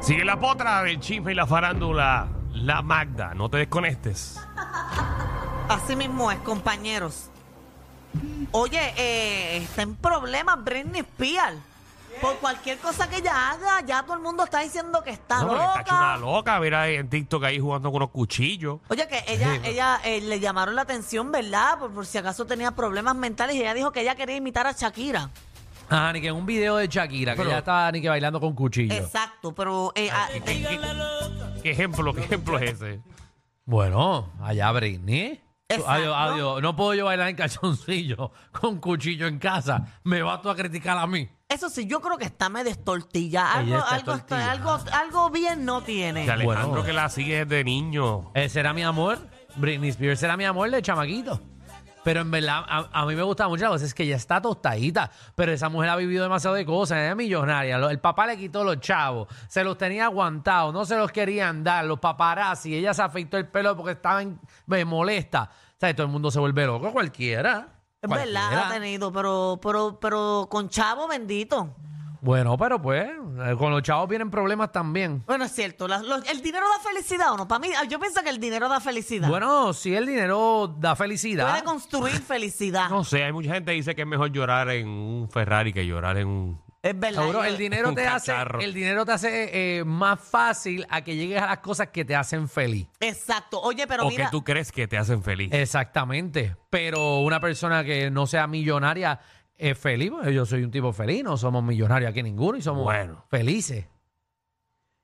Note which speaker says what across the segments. Speaker 1: Sigue la potra del chisme y la farándula, la Magda. No te desconectes.
Speaker 2: Así mismo es, compañeros. Oye, eh, está en problemas Britney Spears. Por cualquier cosa que ella haga, ya todo el mundo está diciendo que está
Speaker 1: No, porque
Speaker 2: loca.
Speaker 1: está hecho una loca. Mira ahí en TikTok ahí jugando con unos cuchillos.
Speaker 2: Oye, que ella, ella eh, le llamaron la atención, ¿verdad? Por, por si acaso tenía problemas mentales y ella dijo que ella quería imitar a Shakira.
Speaker 3: Ajá, Ah, ni que en un video de Shakira, que
Speaker 1: Pero-
Speaker 3: ya estaba ni que bailando con cuchillo.
Speaker 2: Exacto, pero eh, a- eh,
Speaker 1: ¿Qué ejemplo, qué ejemplo es ese?
Speaker 3: Bueno, allá Britney.
Speaker 2: Exacto.
Speaker 3: Adiós, adiós. No puedo yo bailar en calzoncillo con cuchillo en casa. Me vas tú a criticar a mí.
Speaker 2: eso sí, yo creo que está medio destortillada. Algo,
Speaker 3: Ella está
Speaker 2: algo,
Speaker 3: tortillada.
Speaker 2: algo, algo bien no tiene.
Speaker 1: De Alejandro
Speaker 3: Bueno.
Speaker 1: que la sigue desde niño.
Speaker 3: Eh, será mi amor. Britney Spears será mi amor de chamaquito. Pero en verdad, a, a mí me gusta mucho la cosa, es que ella está tostadita. Pero esa mujer ha vivido demasiado de cosas, ella es millonaria. Lo- El papá le quitó los chavos, se los tenía aguantados, no se los querían dar, los paparazzi. Ella se afeitó el pelo porque estaba en- me molesta. O sea, todo el mundo se vuelve loco, cualquiera.
Speaker 2: Es verdad,
Speaker 3: Cualquiera.
Speaker 2: ha tenido, pero, pero, pero con Chavo bendito.
Speaker 3: Bueno, pero pues, eh, con los chavos vienen problemas también.
Speaker 2: Bueno, es cierto, la- los- el dinero da felicidad o no. Para mí, ah, yo pienso que el dinero da felicidad.
Speaker 3: Bueno, si el dinero da felicidad.
Speaker 2: Puede construir felicidad.
Speaker 1: No sé, hay mucha gente que dice que es mejor llorar en un Ferrari que llorar en un...
Speaker 2: es verdad.
Speaker 3: Seguro,
Speaker 2: yo-
Speaker 3: el dinero
Speaker 1: Un
Speaker 3: te hace,
Speaker 1: cacharro.
Speaker 3: el dinero te hace eh, más fácil a que llegues a las cosas que te hacen feliz.
Speaker 2: Exacto. Oye, pero
Speaker 1: o
Speaker 2: mira.
Speaker 1: que tú crees que te hacen feliz.
Speaker 3: Exactamente. Pero una persona que no sea millonaria es feliz. porque yo soy un tipo feliz, no somos millonarios aquí ninguno y somos
Speaker 1: Bueno.
Speaker 3: felices.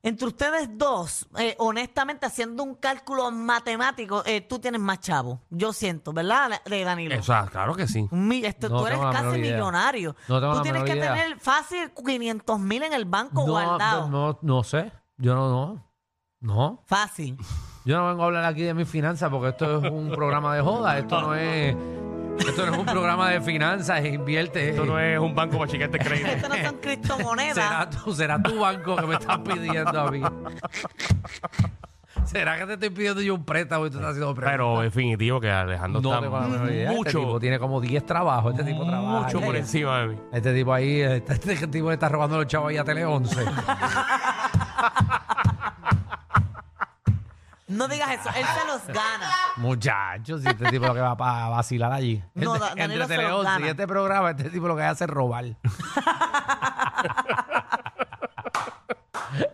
Speaker 2: Entre ustedes dos, eh, honestamente, haciendo un cálculo matemático, eh, tú tienes más chavo. Yo siento, ¿verdad, de
Speaker 3: Eh,
Speaker 2: Danilo?
Speaker 1: O sea, claro que sí.
Speaker 2: Mi- este,
Speaker 3: No
Speaker 2: tú eres
Speaker 3: tengo la
Speaker 2: casi
Speaker 3: menor idea.
Speaker 2: millonario.
Speaker 3: No tengo
Speaker 2: tú
Speaker 3: la
Speaker 2: tienes
Speaker 3: menor
Speaker 2: que
Speaker 3: idea.
Speaker 2: tener fácil 500 mil en el banco
Speaker 3: No,
Speaker 2: guardado.
Speaker 3: no, no, no sé. Yo no, no. No.
Speaker 2: Fácil.
Speaker 3: Yo no vengo a hablar aquí de mis finanzas porque esto es un programa de joda. Esto no es. Esto no es un programa de finanzas. Invierte.
Speaker 1: Esto no es un banco para chiquete crédito.
Speaker 2: Estas no son criptomonedas.
Speaker 3: ¿Será tu, será tu banco que me estás pidiendo a mí. ¿Será que te estoy pidiendo yo un préstamo y tú estás haciendo préstamo?
Speaker 1: Pero en definitivo que Alejandro
Speaker 3: no
Speaker 1: está
Speaker 3: tengo la menor idea. Este
Speaker 1: mucho,
Speaker 3: tipo tiene como 10 trabajos. Este tipo trabaja.
Speaker 1: mucho por encima de mí.
Speaker 3: Este tipo ahí, este, este tipo le está robando a los chavos ahí a Tele 11.
Speaker 2: No digas eso. Él se los gana.
Speaker 3: Muchachos, si este tipo lo que va para vacilar allí.
Speaker 2: No, Da- Danilo
Speaker 3: entre
Speaker 2: se los
Speaker 3: Tele 11 y
Speaker 2: gana.
Speaker 3: este programa, este tipo lo que hace es robar.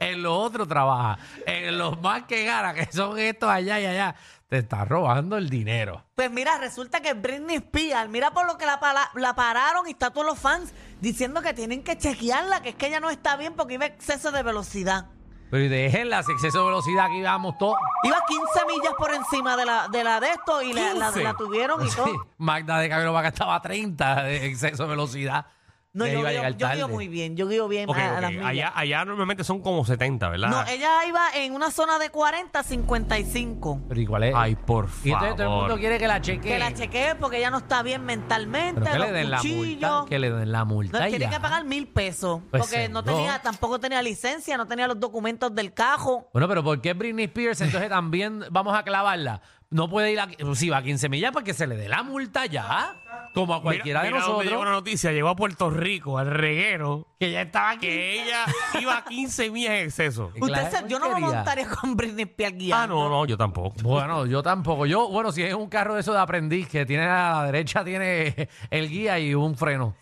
Speaker 3: en lo otro trabaja. En los más que gana, que son estos allá y allá, te está robando el dinero.
Speaker 2: Pues mira, resulta que Britney Spears, mira por lo que la, pala- la pararon y está todos los fans diciendo que tienen que chequearla, que es que ella no está bien porque iba a exceso de velocidad.
Speaker 3: Pero y déjenla, si exceso de velocidad aquí vamos todos.
Speaker 2: Iba a 15 millas por encima de la de, la de esto y la, la-
Speaker 1: 15.
Speaker 2: la tuvieron y todo.
Speaker 3: Sí, Magda de Cabello Vaca estaba a 30 de exceso de velocidad.
Speaker 2: No,
Speaker 3: Ella
Speaker 2: yo,
Speaker 3: iba a
Speaker 2: guío-
Speaker 3: llegar
Speaker 2: yo guío
Speaker 3: tarde.
Speaker 2: muy bien, yo guío bien
Speaker 1: Ok,
Speaker 2: a, a
Speaker 1: ok.
Speaker 2: las millas.
Speaker 1: Allá, allá normalmente son como 70, ¿verdad?
Speaker 2: No, ella iba en una zona de 40 a 55.
Speaker 3: Pero ¿y cuál es?
Speaker 1: Ay, por
Speaker 3: Eh, y entonces todo el mundo
Speaker 1: favor.
Speaker 3: quiere que la chequee.
Speaker 2: Que la chequee porque ella no está bien mentalmente,
Speaker 3: Pero que
Speaker 2: los
Speaker 3: le den la multa.
Speaker 2: cuchillos.
Speaker 3: Que le den la multa.
Speaker 2: No,
Speaker 3: y
Speaker 2: tiene
Speaker 3: ya.
Speaker 2: que pagar mil pesos.
Speaker 3: Pues
Speaker 2: porque no
Speaker 3: seguro.
Speaker 2: tenía, tampoco tenía licencia, no tenía los documentos del cajo.
Speaker 3: Bueno, pero ¿por qué Britney Spears entonces también vamos a clavarla? No puede ir a... Si va a 15 millas, pues que se le dé la multa ya. Como a cualquiera
Speaker 1: Mira-
Speaker 3: de
Speaker 1: mira dónde llegó
Speaker 3: nosotros.
Speaker 1: una noticia, llegó a Puerto Rico, al reguero,
Speaker 3: Que ya estaba aquí.
Speaker 1: que ella iba a 15 millas en exceso.
Speaker 3: ¿Qué
Speaker 2: Usted
Speaker 3: clase
Speaker 2: se-
Speaker 3: de
Speaker 2: yo no me
Speaker 3: porquería?
Speaker 2: montaría con Britney Spears guiando.
Speaker 1: Ah, no, no, yo tampoco.
Speaker 3: Bueno, yo tampoco. Yo, bueno, si es un carro de eso de aprendiz, que tiene a la derecha, tiene el guía y un freno.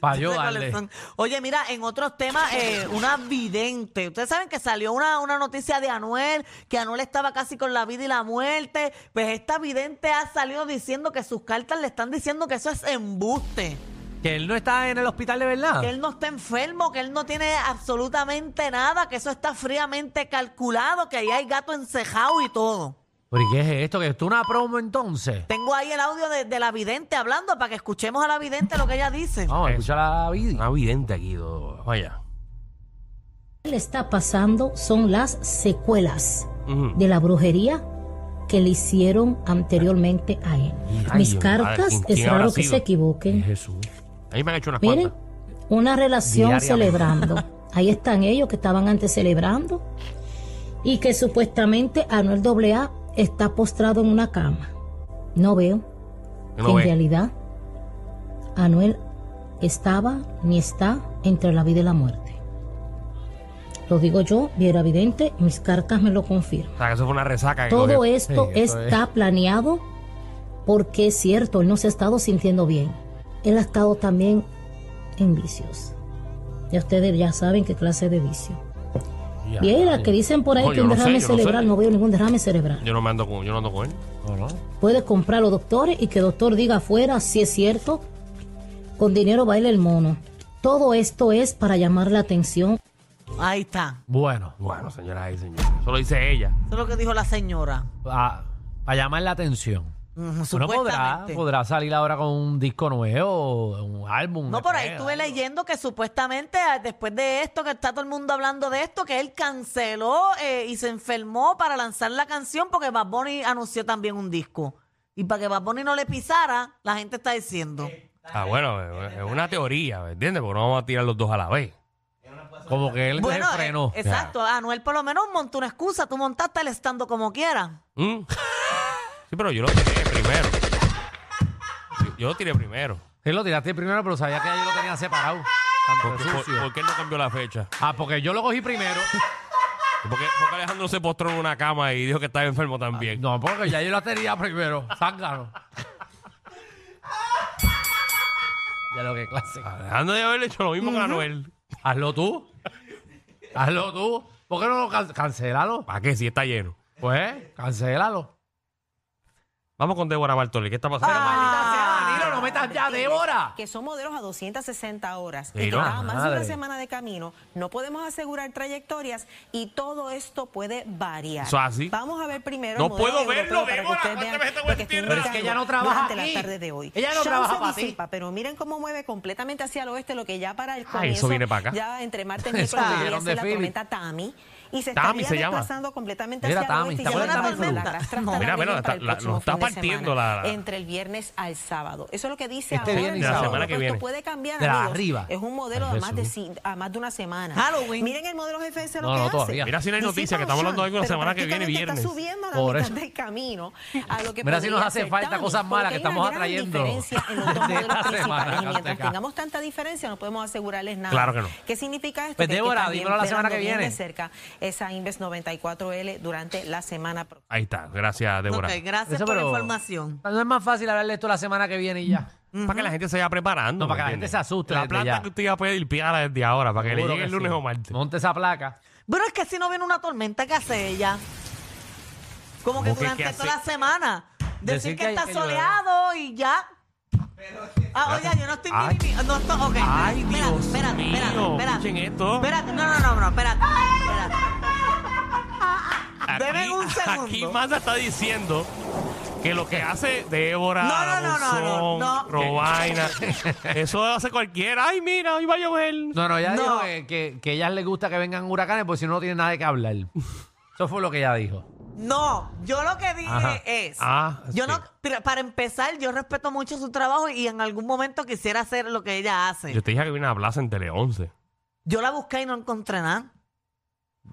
Speaker 3: Para yo
Speaker 2: Ustedes cuáles
Speaker 3: darle.
Speaker 2: son. Oye, mira, en otros temas, eh, una vidente. Ustedes saben que salió una, una noticia de Anuel, que Anuel estaba casi con la vida y la muerte. Pues esta vidente ha salido diciendo que sus cartas le están diciendo que eso es embuste.
Speaker 3: Que él no está en el hospital de verdad.
Speaker 2: Que él no está enfermo, que él no tiene absolutamente nada, que eso está fríamente calculado, que ahí hay gato encejado y todo.
Speaker 3: ¿Pero y qué es esto? ¿Que esto es una promo entonces?
Speaker 2: Tengo ahí el audio de, de la vidente hablando para que escuchemos a la vidente lo que ella dice.
Speaker 1: Ah.
Speaker 3: Vamos a escuchar a Vidi.
Speaker 1: Una vidente aquí, do- vaya.
Speaker 4: le está pasando son las secuelas
Speaker 1: Ujú.
Speaker 4: de la brujería que le hicieron anteriormente a él.
Speaker 1: Ay,
Speaker 4: Mis
Speaker 1: Dios, madre,
Speaker 4: cartas
Speaker 1: ¿quién- quién
Speaker 4: es
Speaker 1: habrá
Speaker 4: raro que
Speaker 1: sido?
Speaker 4: se equivoquen.
Speaker 1: Jesús. Ahí me han hecho unas
Speaker 4: Miren,
Speaker 1: cuantas.
Speaker 4: una relación
Speaker 3: Diariamente.
Speaker 4: celebrando. Ahí están ellos que estaban antes celebrando y que supuestamente Anuel AA está postrado en una cama. No veo
Speaker 1: Yo
Speaker 4: que
Speaker 1: No
Speaker 4: en
Speaker 1: ve.
Speaker 4: realidad Anuel estaba ni está entre la vida y la muerte. Lo digo yo, Viera Vidente, mis cartas me lo confirman.
Speaker 1: O sea, que eso fue una resaca. que
Speaker 4: Todo
Speaker 1: cogió.
Speaker 4: esto
Speaker 3: Sí, eso
Speaker 4: está planeado porque es cierto, él no se ha estado sintiendo bien. Él ha estado también en vicios. Ya ustedes ya saben qué clase de vicio.
Speaker 3: Ya,
Speaker 4: Viera,
Speaker 3: ya.
Speaker 4: que dicen por ahí
Speaker 1: No,
Speaker 4: que
Speaker 1: yo
Speaker 4: un
Speaker 1: no sé,
Speaker 4: derrame
Speaker 1: yo no sé.
Speaker 4: cerebral, no, veo ningún derrame cerebral.
Speaker 1: Yo no me ando con, yo no ando con él.
Speaker 3: No, no.
Speaker 4: Puede comprar a los doctores y que el doctor diga afuera si es cierto. Con dinero baila el mono. Todo esto es para llamar la atención.
Speaker 2: Ahí está.
Speaker 3: Bueno,
Speaker 1: Bueno, señora y señor. Eso lo dice ella.
Speaker 2: Eso es lo que dijo la señora.
Speaker 3: a, a llamar la atención.
Speaker 2: Mm,
Speaker 3: Uno podrá,
Speaker 2: supuestamente.
Speaker 3: podrá salir ahora con un disco nuevo, un álbum.
Speaker 2: No,
Speaker 3: de
Speaker 2: por ahí
Speaker 3: pega,
Speaker 2: estuve
Speaker 3: algo.
Speaker 2: leyendo que supuestamente ah, después de esto, que está todo el mundo hablando de esto, que él canceló eh, y se enfermó para lanzar la canción porque Bad Bunny anunció también un disco. Y para que Bad Bunny no le pisara, la gente está diciendo.
Speaker 1: Ah, bueno, es una teoría, ¿me entiendes? Porque no vamos a tirar los dos a la vez.
Speaker 3: Como que él
Speaker 2: Bueno,
Speaker 3: se frenó.
Speaker 2: eh, exacto. Anuel por lo menos montó una excusa. Tú montaste el estando como quieras.
Speaker 1: ¿Mm? Sí, pero yo lo tiré primero. Yo- Yo lo tiré primero.
Speaker 3: Él lo tiraste primero, pero sabía que yo lo tenía separado. Tanto
Speaker 1: Porque,
Speaker 3: de
Speaker 1: por,
Speaker 3: sucio.
Speaker 1: ¿por qué él no cambió la fecha?
Speaker 3: Ah, porque yo lo cogí primero.
Speaker 1: Porque, porque Alejandro se postró en una cama y dijo que estaba enfermo también.
Speaker 3: No, porque ya yo la tenía primero. Zángano. ya lo que clase.
Speaker 1: Alejandro debe haberle hecho lo mismo que Anuel.
Speaker 3: Hazlo tú. Hazlo tú. ¿Por qué no lo can- cancelalo?
Speaker 1: ¿Para qué? Si está lleno.
Speaker 3: Pues, cancelalo.
Speaker 1: Vamos con Débora Bartoli. ¿Qué está pasando?
Speaker 5: Ah.
Speaker 3: Maldita sea, Danilo, no metas ya, Débora.
Speaker 5: que son modelos a 260 horas
Speaker 1: Sí,
Speaker 5: y que
Speaker 1: ¿no?
Speaker 5: llevan más de
Speaker 3: Madre.
Speaker 5: una semana de camino, no podemos asegurar trayectorias y todo esto puede variar.
Speaker 1: Eso es así.
Speaker 5: Vamos a ver primero.
Speaker 1: No
Speaker 5: el modelo
Speaker 1: puedo verlo,
Speaker 5: europeo para que
Speaker 1: Débora,
Speaker 5: ustedes
Speaker 1: ¿cuántas
Speaker 5: vean
Speaker 1: veces te voy a
Speaker 5: lo que estoy
Speaker 1: decir? Pero
Speaker 3: es que
Speaker 5: indicando
Speaker 3: ella no trabaja
Speaker 5: durante
Speaker 3: aquí.
Speaker 5: la tarde de hoy.
Speaker 3: Ella no
Speaker 5: Chance
Speaker 3: trabaja para ti.
Speaker 5: disipa, Pero miren cómo mueve completamente hacia el oeste lo que ya para el
Speaker 1: eso
Speaker 5: comienzo.
Speaker 1: viene para acá.
Speaker 5: Ya entre martes y
Speaker 3: Eso
Speaker 5: miércoles podría
Speaker 3: vinieron de
Speaker 5: ser la
Speaker 3: Philly.
Speaker 5: tormenta Tami. Y se
Speaker 1: Tami
Speaker 5: estaría
Speaker 1: se llama.
Speaker 5: desplazando completamente
Speaker 3: Mira,
Speaker 5: hacia el
Speaker 3: Tami,
Speaker 5: oeste.
Speaker 3: ¿te
Speaker 5: y ya
Speaker 2: acuerdas
Speaker 5: la
Speaker 2: de Tami
Speaker 5: tormenta
Speaker 2: Cruz?
Speaker 5: la arrastra
Speaker 2: No,
Speaker 5: hasta
Speaker 1: mira,
Speaker 5: la
Speaker 1: mira,
Speaker 5: región para el
Speaker 1: está- la-
Speaker 5: próximo
Speaker 1: nos está
Speaker 5: fin de
Speaker 1: partiendo
Speaker 5: semana,
Speaker 1: la-
Speaker 5: Entre el viernes al sábado. Eso es lo que dice
Speaker 3: Este
Speaker 5: ahora.
Speaker 3: viernes y
Speaker 5: el
Speaker 3: sábado.
Speaker 5: modelo,
Speaker 3: La semana que
Speaker 5: pero
Speaker 1: viene.
Speaker 5: Esto puede cambiar.
Speaker 3: De la
Speaker 5: amigos.
Speaker 3: arriba.
Speaker 5: Es un modelo
Speaker 3: Ay,
Speaker 5: a más, de,
Speaker 3: Jesús.
Speaker 5: ci- a más de una semana.
Speaker 2: Halloween.
Speaker 5: Miren el modelo GFS lo
Speaker 3: No,
Speaker 5: que
Speaker 3: no,
Speaker 5: hace.
Speaker 3: todavía.
Speaker 1: Mira si no hay
Speaker 5: Disipa
Speaker 1: noticias, que estamos
Speaker 5: opción,
Speaker 1: hablando de algo la
Speaker 5: pero
Speaker 1: semana que viene,
Speaker 5: prácticamente
Speaker 1: viernes.
Speaker 5: Está subiendo a la
Speaker 3: Por
Speaker 5: mitad
Speaker 3: eso.
Speaker 5: del camino. A lo que
Speaker 3: Mira si nos
Speaker 5: podría
Speaker 3: hace
Speaker 5: ser
Speaker 3: falta
Speaker 5: Tami,
Speaker 3: cosas malas
Speaker 5: porque
Speaker 3: que
Speaker 5: hay
Speaker 3: estamos
Speaker 5: una gran
Speaker 3: atrayendo
Speaker 5: diferencia en los dos
Speaker 3: de
Speaker 5: modelos
Speaker 3: esta semana,
Speaker 5: principales. Y mientras
Speaker 3: Casteca.
Speaker 5: tengamos tanta diferencia, no podemos asegurarles nada.
Speaker 1: Claro que no.
Speaker 5: ¿Qué significa esto?
Speaker 3: Pues,
Speaker 5: Que hay que
Speaker 3: Débora,
Speaker 5: estar bien
Speaker 3: dímelo la semana que
Speaker 5: velando bien
Speaker 3: viene.
Speaker 5: de cerca esa Inves 94L durante la semana próxima.
Speaker 1: Ahí está. Gracias, Débora.
Speaker 2: Ok, gracias
Speaker 3: Eso,
Speaker 2: por la
Speaker 3: pero-
Speaker 2: información.
Speaker 3: No es más fácil hablarle esto la semana que viene y ya.
Speaker 1: Para que la gente se vaya preparando.
Speaker 3: No,
Speaker 1: ¿me
Speaker 3: para que la
Speaker 1: entiendes?
Speaker 3: gente se asuste
Speaker 1: La
Speaker 3: desde
Speaker 1: plata
Speaker 3: ya.
Speaker 1: que usted iba a pedir, pídala desde ahora, para que le
Speaker 3: Seguro
Speaker 1: llegue el
Speaker 3: sí.
Speaker 1: lunes o martes.
Speaker 3: Monte esa placa.
Speaker 2: Pero es que si no viene una tormenta, ¿qué hace ella? Como que
Speaker 1: ¿Cómo que
Speaker 2: durante
Speaker 1: qué hace?
Speaker 2: toda la semana. Decir,
Speaker 3: Decir
Speaker 2: que,
Speaker 3: que hay-
Speaker 2: está
Speaker 3: que llueve.
Speaker 2: soleado y ya. Ah, oye, yo no estoy
Speaker 1: Ay.
Speaker 2: minimi- No estoy. Ok,
Speaker 1: Ay,
Speaker 2: espera,
Speaker 1: Dios
Speaker 2: espera, espera,
Speaker 1: mío,
Speaker 2: espera.
Speaker 1: escuchen esto.
Speaker 2: Espérate, no, no, no, no, espérate. espérate.
Speaker 1: Aquí-
Speaker 2: Deme un segundo.
Speaker 1: Aquí Manda está diciendo que lo que hace Débora,
Speaker 2: No, no, no, no, no, no.
Speaker 1: Robaina, eso hace cualquiera. Ay, mira, hoy va a llover.
Speaker 3: No, no, ella
Speaker 2: No.
Speaker 3: dijo que, que, que a ellas les gusta que vengan huracanes porque si no, no tienen nada de qué hablar. Eso fue lo que ella dijo.
Speaker 2: No, yo lo que dije
Speaker 3: Ajá.
Speaker 2: es.
Speaker 1: Ah,
Speaker 2: yo
Speaker 1: sí.
Speaker 2: no, mira, para empezar, yo respeto mucho su trabajo y en algún momento quisiera hacer lo que ella hace.
Speaker 1: Yo te dije que vi una plaza en Tele 11.
Speaker 2: Yo la busqué y no encontré nada.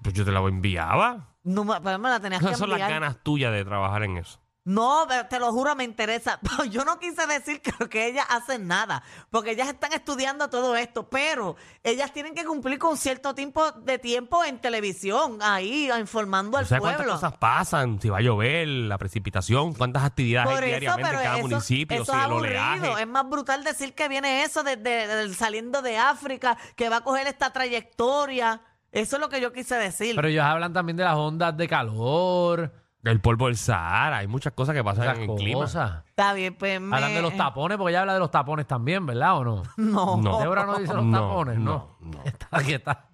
Speaker 1: Pues yo te la enviaba.
Speaker 2: No, me pero me la tenías que
Speaker 1: Esas son las
Speaker 2: enviar.
Speaker 1: ganas tuyas de trabajar en eso.
Speaker 2: No, pero te lo juro, me interesa. Pero yo no quise decir que lo que ellas hacen nada, porque ellas están estudiando todo esto, pero ellas tienen que cumplir con cierto tiempo de tiempo en televisión, ahí ah, informando al
Speaker 1: ¿Sabes cuántas
Speaker 2: pueblo.
Speaker 1: cosas pasan? Si va a llover, la precipitación, cuántas actividades hay diariamente en cada municipio,
Speaker 2: eso
Speaker 1: si
Speaker 2: es
Speaker 1: el
Speaker 2: aburrido. em-
Speaker 1: oleaje.
Speaker 2: Es más brutal decir que viene eso desde del- saliendo de África, que va a coger esta trayectoria. Eso es lo que yo quise decir.
Speaker 3: Pero ellos hablan también de las ondas de calor,
Speaker 1: El polvo del Sahara, hay muchas cosas que pasan
Speaker 3: esas
Speaker 1: en el clima.
Speaker 3: cosas.
Speaker 2: Está bien, pues me-
Speaker 3: Hablan de los tapones, porque ella habla de los tapones también, ¿verdad o no?
Speaker 2: No.
Speaker 1: No.
Speaker 3: Débora no dice los
Speaker 1: No,
Speaker 3: tapones, no.
Speaker 1: no, no.
Speaker 3: Está, que está,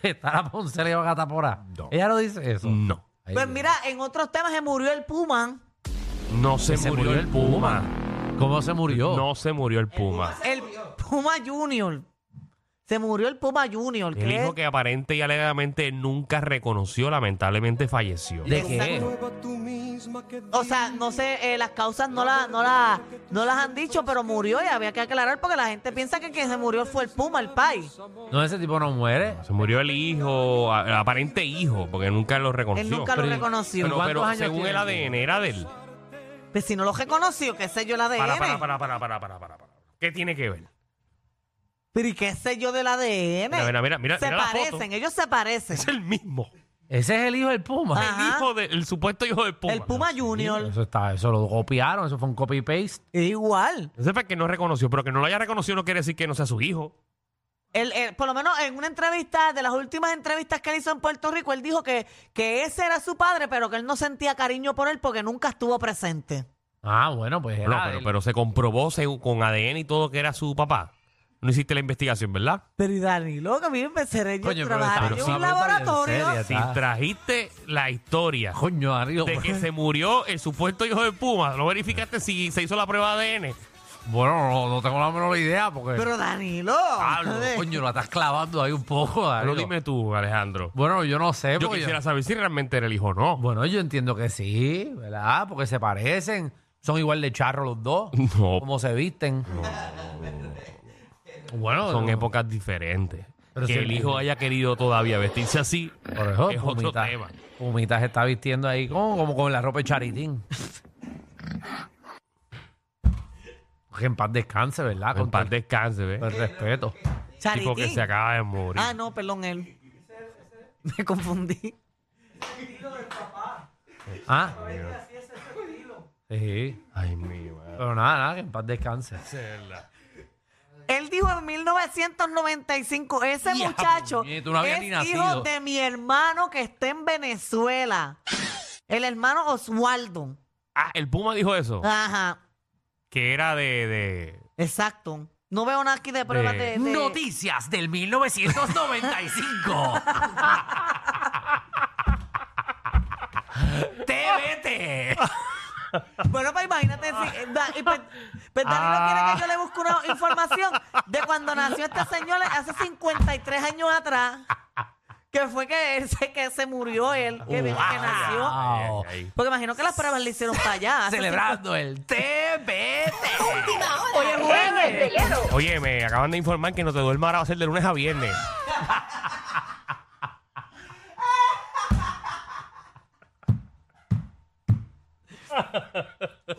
Speaker 3: que está la Ponce le va a taponar.
Speaker 1: No. Mm.
Speaker 3: Ella no dice eso.
Speaker 1: No.
Speaker 3: Ay,
Speaker 2: Pues mira, en otros temas se murió el Puma.
Speaker 1: No se,
Speaker 3: Se
Speaker 1: murió,
Speaker 3: murió
Speaker 1: el
Speaker 3: el
Speaker 1: puma.
Speaker 3: ¿Cómo se murió?
Speaker 1: No se murió el puma.
Speaker 2: El Puma Junior. Se murió el Puma Junior.
Speaker 1: El hijo que aparente y alegadamente nunca reconoció, lamentablemente falleció.
Speaker 3: ¿De qué?
Speaker 2: Exacto. O sea, no sé, eh, las causas no, la, no, la, no las han dicho, pero murió y había que aclarar porque la gente piensa que quien se murió fue el Puma, el Pai.
Speaker 3: No, ese tipo no muere.
Speaker 1: Se murió el hijo, a- el aparente hijo, porque nunca lo reconoció.
Speaker 2: Él nunca lo
Speaker 3: Pero-
Speaker 2: reconoció.
Speaker 1: pero,
Speaker 3: ¿Cuántos
Speaker 1: pero
Speaker 3: años
Speaker 1: según
Speaker 3: tiene?
Speaker 1: el ADN era de él.
Speaker 2: Pues si no lo reconoció, qué sé yo, la de
Speaker 1: Para, para, para, para, para, para, para, para. ¿Qué tiene que ver?
Speaker 2: Pero ¿y qué sé yo del ADN?
Speaker 1: Mira, mira, mira, mira,
Speaker 2: se
Speaker 1: mira la foto.
Speaker 2: parecen, ellos se parecen.
Speaker 1: Es el mismo.
Speaker 3: Ese es el hijo del Puma.
Speaker 2: Ah,
Speaker 1: El
Speaker 2: Ajá.
Speaker 1: hijo del el supuesto hijo del Puma.
Speaker 2: El Puma Junior.
Speaker 3: Eso está, eso lo copiaron, eso fue un copy paste.
Speaker 2: Igual.
Speaker 1: Ese fue el que no reconoció, pero que no lo haya reconocido no quiere decir que no sea su hijo.
Speaker 2: Él, él, por lo menos en una entrevista, de las últimas entrevistas que él hizo en Puerto Rico, él dijo que, que ese era su padre, pero que él no sentía cariño por él porque nunca estuvo presente.
Speaker 3: Ah, bueno, pues era
Speaker 1: No, pero,
Speaker 3: del-
Speaker 1: pero se comprobó según- con ADN y todo que era su papá. No hiciste la investigación, ¿verdad?
Speaker 2: Pero y Danilo, que a mí me empecé yo
Speaker 3: Coño, pero
Speaker 2: trabajar
Speaker 3: está-
Speaker 2: en
Speaker 3: pero
Speaker 2: un
Speaker 3: sí,
Speaker 2: laboratorio.
Speaker 3: en serio,
Speaker 1: Si
Speaker 3: Ah.
Speaker 1: trajiste la historia
Speaker 3: Coño, arriba.
Speaker 1: de que se murió el supuesto hijo de Puma, no verificaste si se hizo la prueba de ADN.
Speaker 3: Bueno, no, no tengo la menor idea porque.
Speaker 2: Pero Danilo.
Speaker 3: Pablo, coño, la estás clavando ahí un poco.
Speaker 1: Pero
Speaker 3: Danilo.
Speaker 1: dime tú, Alejandro.
Speaker 3: Bueno, yo no sé.
Speaker 1: Yo
Speaker 3: porque
Speaker 1: quisiera saber si realmente era el hijo o no.
Speaker 3: Bueno, yo entiendo que sí, ¿verdad? Porque se parecen. Son igual de charros los dos.
Speaker 1: No.
Speaker 3: Como se visten. Bueno,
Speaker 1: Son
Speaker 3: no.
Speaker 1: épocas diferentes.
Speaker 3: Pero
Speaker 1: que
Speaker 3: si
Speaker 1: el
Speaker 3: el-
Speaker 1: hijo haya querido todavía vestirse así
Speaker 3: Por eso,
Speaker 1: es otro
Speaker 3: Pumita-
Speaker 1: tema.
Speaker 3: Pumita se está vistiendo ahí como, como con la ropa de Charitín. que en paz descanse, ¿verdad?
Speaker 1: En
Speaker 3: Con
Speaker 1: paz
Speaker 3: todo-
Speaker 1: descanse, ¿ves?
Speaker 3: con el respeto.
Speaker 1: Tipo que
Speaker 2: Charitín.
Speaker 1: se acaba de morir.
Speaker 2: Ah, no, perdón, él. Me confundí.
Speaker 3: Ah. Sí.
Speaker 1: Ay, mi madre.
Speaker 3: Pero nada, nada, que en paz descanse.
Speaker 2: Él dijo en 1995, ese
Speaker 3: Ya,
Speaker 2: muchacho
Speaker 3: puñeta, no había
Speaker 2: es
Speaker 3: ni
Speaker 2: hijo
Speaker 3: nacido.
Speaker 2: de mi hermano que está en Venezuela. El hermano Oswaldo.
Speaker 1: Ah, el Puma dijo eso.
Speaker 2: Ajá,
Speaker 1: Que era de. de-
Speaker 2: exacto. No veo nada aquí de pruebas
Speaker 1: De-
Speaker 2: Eh, de... de-
Speaker 3: Noticias del 1995.
Speaker 1: ¡TVT!
Speaker 2: Bueno, pues imagínate si... eh, da- y pues- pues Danilo
Speaker 1: Ah.
Speaker 2: quiere que yo le busque una información de cuando nació este señor hace 53 años atrás, que fue que él se, que se murió él, que, que nació.
Speaker 3: Wow.
Speaker 1: Ay, ay,
Speaker 2: Porque imagino que las pruebas le hicieron para allá. hace
Speaker 3: Celebrando el TBT.
Speaker 2: ¿eh?
Speaker 1: ay. Oye, me acaban de informar que no te duerma ahora va a ser de lunes a viernes.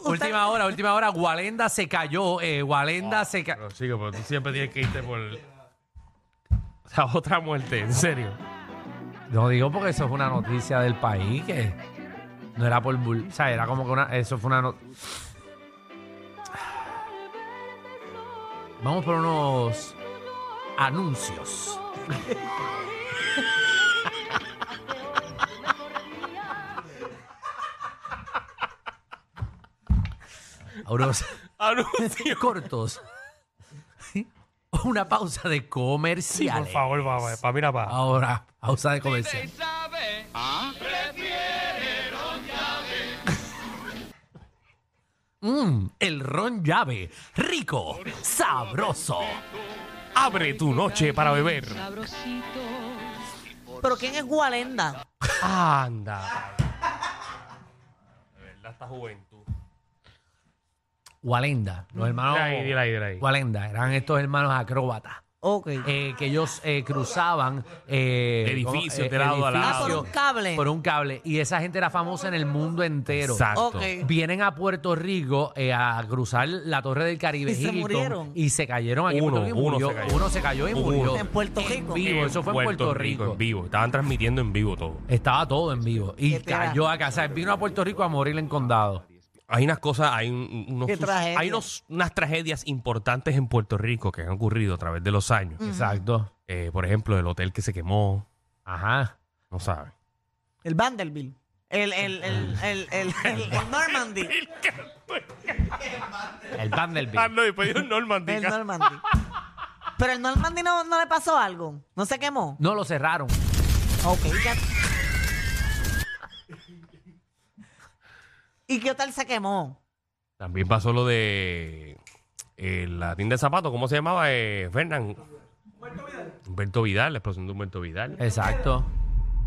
Speaker 3: última hora, última hora. Walenda se cayó. Eh, Walenda se cayó.
Speaker 1: Pero chico, pero tú siempre tienes que irte por. La otra muerte, en serio.
Speaker 3: No digo porque eso es una noticia del país que no era por bul- o sea, era como que una eso fue una no- Vamos por unos anuncios. A unos
Speaker 1: Anuncio.
Speaker 3: cortos. Una pausa de comercial.
Speaker 1: Por favor, papá, pa, mira, pa.
Speaker 3: Ahora, pausa de comercial. Mm, el ron llave, rico, sabroso.
Speaker 1: Abre tu noche para beber.
Speaker 2: ¿Pero quién es Gualenda?
Speaker 1: Anda. De verdad, esta juventud.
Speaker 3: Walenda, los hermanos.
Speaker 1: Dile ahí, dile ahí, dile ahí.
Speaker 3: Walenda, eran estos hermanos acróbatas.
Speaker 2: Ok.
Speaker 3: eh, que ellos eh, cruzaban eh,
Speaker 1: Edificios
Speaker 3: ¿cómo? Eh,
Speaker 1: de lado a lado.
Speaker 2: Ah,
Speaker 3: edificios
Speaker 2: por un cable.
Speaker 3: por un cable. Y esa gente era famosa en el mundo entero.
Speaker 1: Exacto.
Speaker 2: Ok.
Speaker 3: Vienen a Puerto Rico eh, a cruzar la Torre del Caribe
Speaker 2: Y se
Speaker 3: Hilton,
Speaker 2: murieron.
Speaker 3: y se cayeron aquí en
Speaker 1: Uno,
Speaker 3: Puerto Rico y
Speaker 1: uno
Speaker 3: murió.
Speaker 1: se cayó.
Speaker 3: Uno se cayó y
Speaker 1: Uno.
Speaker 3: murió.
Speaker 2: En Puerto Rico.
Speaker 3: vivo, eso fue en Puerto Rico.
Speaker 1: En vivo, estaban transmitiendo en vivo todo.
Speaker 3: Estaba todo en vivo. Y
Speaker 2: Qué tela.
Speaker 3: cayó acá. O sea, vino a Puerto Rico a morir en condado.
Speaker 1: Hay unas cosas, hay un- unos,
Speaker 2: Qué tragedia.
Speaker 1: hay unos- unas tragedias importantes en Puerto Rico que han ocurrido a través de los años.
Speaker 3: Exacto.
Speaker 1: Eh, por ejemplo, el hotel que se quemó,
Speaker 3: Ajá.
Speaker 1: no sabes.
Speaker 2: El Vanderbilt. El, el, el, el, el, el, el Normandy.
Speaker 3: El Vanderbilt.
Speaker 1: Ah, no, después dijo Normandy.
Speaker 2: El Normandy. Pero el Normandy no, no le pasó algo. No se quemó.
Speaker 3: No lo cerraron.
Speaker 2: Ok. ya- ¿Y qué tal se quemó?
Speaker 1: También pasó lo de eh, la tienda de zapatos, ¿cómo se llamaba? Eh, Fernán. Humberto Vidal, la explosión de Humberto Vidal.
Speaker 3: Exacto.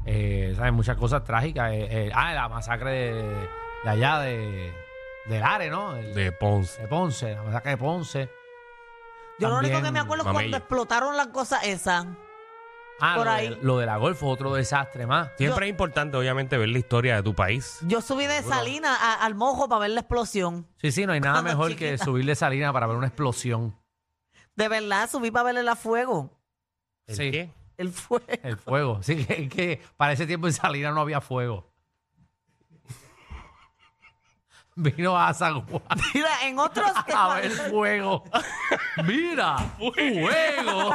Speaker 3: Eh, ¿Sabes? Muchas cosas trágicas. Eh, eh, ah, la masacre de, de allá de, del Are, ¿no? El-
Speaker 1: De Ponce.
Speaker 3: de Ponce, la masacre de Ponce.
Speaker 2: Yo lo único
Speaker 3: También,
Speaker 2: que me acuerdo es
Speaker 1: mamella.
Speaker 2: cuando explotaron las cosas esas.
Speaker 3: Ah,
Speaker 2: por
Speaker 3: lo,
Speaker 2: ahí.
Speaker 3: De, lo de la Golfo, otro desastre más.
Speaker 1: Siempre es importante, obviamente, ver la historia de tu país.
Speaker 2: Yo subí de Salina a- al mojo para ver la explosión.
Speaker 3: Sí, sí, no hay nada
Speaker 2: Cuando
Speaker 3: mejor que
Speaker 2: chiquita.
Speaker 3: subirle salina para ver una explosión.
Speaker 2: De verdad, subí para verle el fuego.
Speaker 1: ¿El
Speaker 3: Sí.
Speaker 1: qué?
Speaker 2: El fuego.
Speaker 3: El fuego. Sí, que, que para ese tiempo en Salinas no había fuego. Vino a San Juan
Speaker 2: Mira, en otros
Speaker 3: a
Speaker 2: temas.
Speaker 3: ver fuego. Mira, fuego.